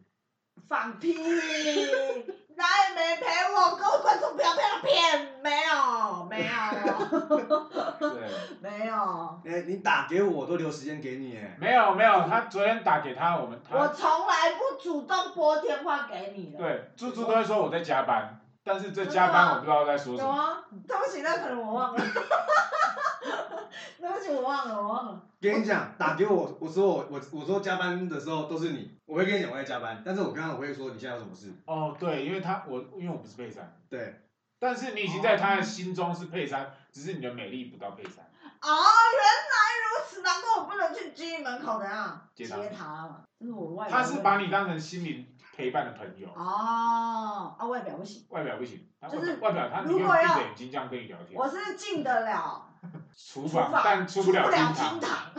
[SPEAKER 1] 放屁！哪也没陪我，各位观众不要被他骗，没有，没有，
[SPEAKER 2] 对，
[SPEAKER 1] 没有，
[SPEAKER 4] 哎，你打给我，我都留时间给你哎。
[SPEAKER 2] 没有没有，他昨天打给他，我们
[SPEAKER 1] 我
[SPEAKER 2] 他
[SPEAKER 1] 从来不主动拨电话给你的。，
[SPEAKER 2] 对猪猪都会说我在加班，但是这加班我不知道在说什
[SPEAKER 1] 有
[SPEAKER 2] 么。
[SPEAKER 1] 啊，对不起，那可能我忘了， 对不起，我忘了，我忘了。
[SPEAKER 4] 跟你讲，打给我，我说我我我说加班的时候都是你，我会跟你讲我在加班，但是我刚刚我会说你现在有什么事？
[SPEAKER 2] 哦，对，因为他我因为我不是配衫，
[SPEAKER 4] 对，
[SPEAKER 2] 但是你
[SPEAKER 1] 哦
[SPEAKER 2] 已经在他的心中是配衫，只是你的美丽不到配衫。
[SPEAKER 1] 哦，原来如此，难怪我不能去居民门口的啊，
[SPEAKER 2] 接
[SPEAKER 1] 接
[SPEAKER 2] 他
[SPEAKER 1] 他嘛，这是我外表。
[SPEAKER 2] 他是把你当成心灵陪伴的朋友，
[SPEAKER 1] 哦，啊，外表不行，
[SPEAKER 2] 外表不行，他
[SPEAKER 1] 啊
[SPEAKER 2] 外
[SPEAKER 1] 就是
[SPEAKER 2] 外表他
[SPEAKER 1] 如
[SPEAKER 2] 宁愿
[SPEAKER 1] 果
[SPEAKER 2] 闭
[SPEAKER 1] 要
[SPEAKER 2] 着眼睛这样跟你聊天。
[SPEAKER 1] 我是进得了
[SPEAKER 2] 厨
[SPEAKER 1] 厨
[SPEAKER 2] 房，
[SPEAKER 1] 房，
[SPEAKER 2] 但出
[SPEAKER 1] 出
[SPEAKER 2] 不了厅
[SPEAKER 1] 厅
[SPEAKER 2] 堂。
[SPEAKER 1] 堂，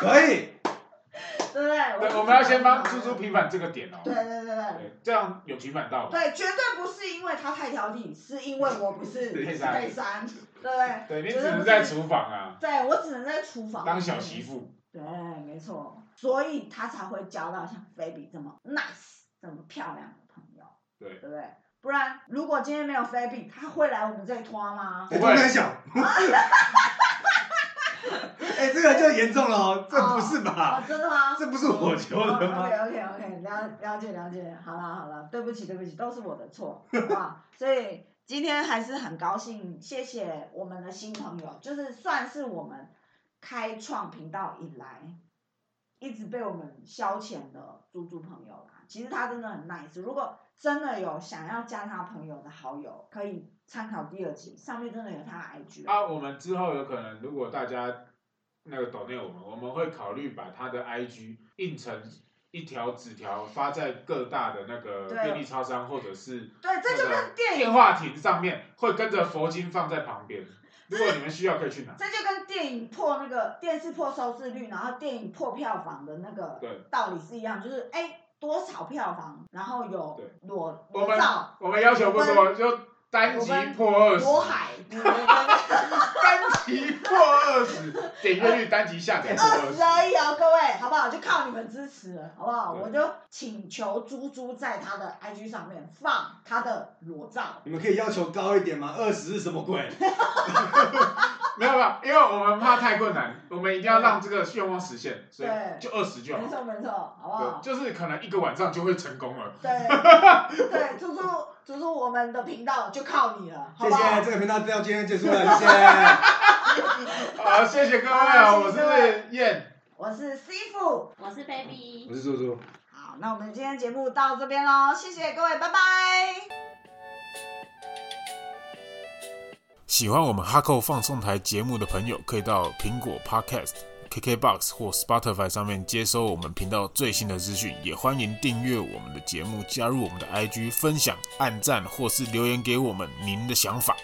[SPEAKER 4] 可以，
[SPEAKER 1] 对不对？
[SPEAKER 2] 对，
[SPEAKER 1] 是
[SPEAKER 2] 我们要先帮
[SPEAKER 1] 进
[SPEAKER 2] 猪
[SPEAKER 1] 得了
[SPEAKER 2] 猪平反这个点哦。
[SPEAKER 1] 对对对对
[SPEAKER 2] 对，这样有平反到。
[SPEAKER 1] 对，绝对不是因为他太挑剔，是因为我不 是
[SPEAKER 2] 对
[SPEAKER 1] 配
[SPEAKER 2] 山
[SPEAKER 1] 山，对不对？
[SPEAKER 2] 对，你
[SPEAKER 1] 绝
[SPEAKER 2] 只
[SPEAKER 1] 对不
[SPEAKER 2] 能
[SPEAKER 1] 是
[SPEAKER 2] 在厨房啊，
[SPEAKER 1] 对我只能在厨房
[SPEAKER 2] 当小媳。妇。
[SPEAKER 1] 对，没错，所以他才会交到像菲比这么 nice、这么漂亮的朋友，
[SPEAKER 2] 对
[SPEAKER 1] 对不对？不然如果今天没有菲比，他会来我们这里拖 吗？
[SPEAKER 2] 不会
[SPEAKER 4] 我很 小。哎，这个就严重了哦，这不是
[SPEAKER 2] 啊
[SPEAKER 1] 哦，
[SPEAKER 4] 吧？
[SPEAKER 1] 真的吗？
[SPEAKER 4] 这不 是我求的吗？
[SPEAKER 1] OK OK OK，了了解了解，好了好了，对不起对不起，都是我的错，好不好？所以今天还是很高兴，谢谢我们的新朋友，就是算是我们开创频道以来，一直被我们消遣的猪猪朋友啦。其实他真的很 nice，如果真的有想要加他朋友的好友，可以参考第二集，上面真的有他的 IG
[SPEAKER 2] 啊，我们之后有可能，如果大家那个抖内我们，我们会考虑把他的 IG 印成一条纸条，发在各大的那个
[SPEAKER 1] 对
[SPEAKER 2] 便利超商或者是
[SPEAKER 1] 对，这就跟
[SPEAKER 2] 那个
[SPEAKER 1] 电影
[SPEAKER 2] 电话亭上面，会跟着佛经放在旁边。如果你们需要，可以去拿。
[SPEAKER 1] 这就跟电影破那个电视破收视率，然后电影破票房的那个
[SPEAKER 2] 对
[SPEAKER 1] 道理是一样，就是哎多少票房，然后有
[SPEAKER 2] 对
[SPEAKER 1] 裸
[SPEAKER 2] 我们
[SPEAKER 1] 裸照，
[SPEAKER 2] 我们要求不多，就单
[SPEAKER 1] 我
[SPEAKER 2] 集
[SPEAKER 1] 们
[SPEAKER 2] 破二十，
[SPEAKER 1] 渤海，你们 二
[SPEAKER 2] 单集破二十，点阅率单集下载破二
[SPEAKER 1] 十
[SPEAKER 2] 十。
[SPEAKER 1] 而已哦，各位，好不好？就靠你们支持了，好不好？
[SPEAKER 4] 对
[SPEAKER 1] 我就请求猪猪在他的 IG 上面放他的裸照。
[SPEAKER 4] 你们可以要求高一点吗？二十是什么鬼？
[SPEAKER 2] 没有没有，因为我们怕太困难，我们一定要让这个愿望实现，所以
[SPEAKER 1] 对
[SPEAKER 2] 就二十就
[SPEAKER 1] 没
[SPEAKER 2] 好。
[SPEAKER 1] 错哦没错，好不好
[SPEAKER 2] 对，？就是可能一个晚上就会成功了。
[SPEAKER 1] 对对，猪猪猪猪，我们的频道就靠你了，好
[SPEAKER 4] 谢
[SPEAKER 1] 不好？
[SPEAKER 4] 谢，这个频道到今天结束了，谢谢。
[SPEAKER 2] 好，谢谢各位啊，
[SPEAKER 1] 好
[SPEAKER 2] 我
[SPEAKER 1] 谢谢各位
[SPEAKER 2] 是燕，
[SPEAKER 1] 我是 C 傅，
[SPEAKER 3] 我是 baby，
[SPEAKER 4] 我是猪猪。
[SPEAKER 1] 好，那我们今天节目到这边喽，谢谢各位，拜拜。
[SPEAKER 5] 喜欢我们哈扣放送台节目的朋友，可以到苹果 Podcast、KKBox 或 Spotify 上面接收我们频道最新的资讯。也欢迎订阅我们的节目，加入我们的 IG，分享、按赞或是留言给我们您的想法。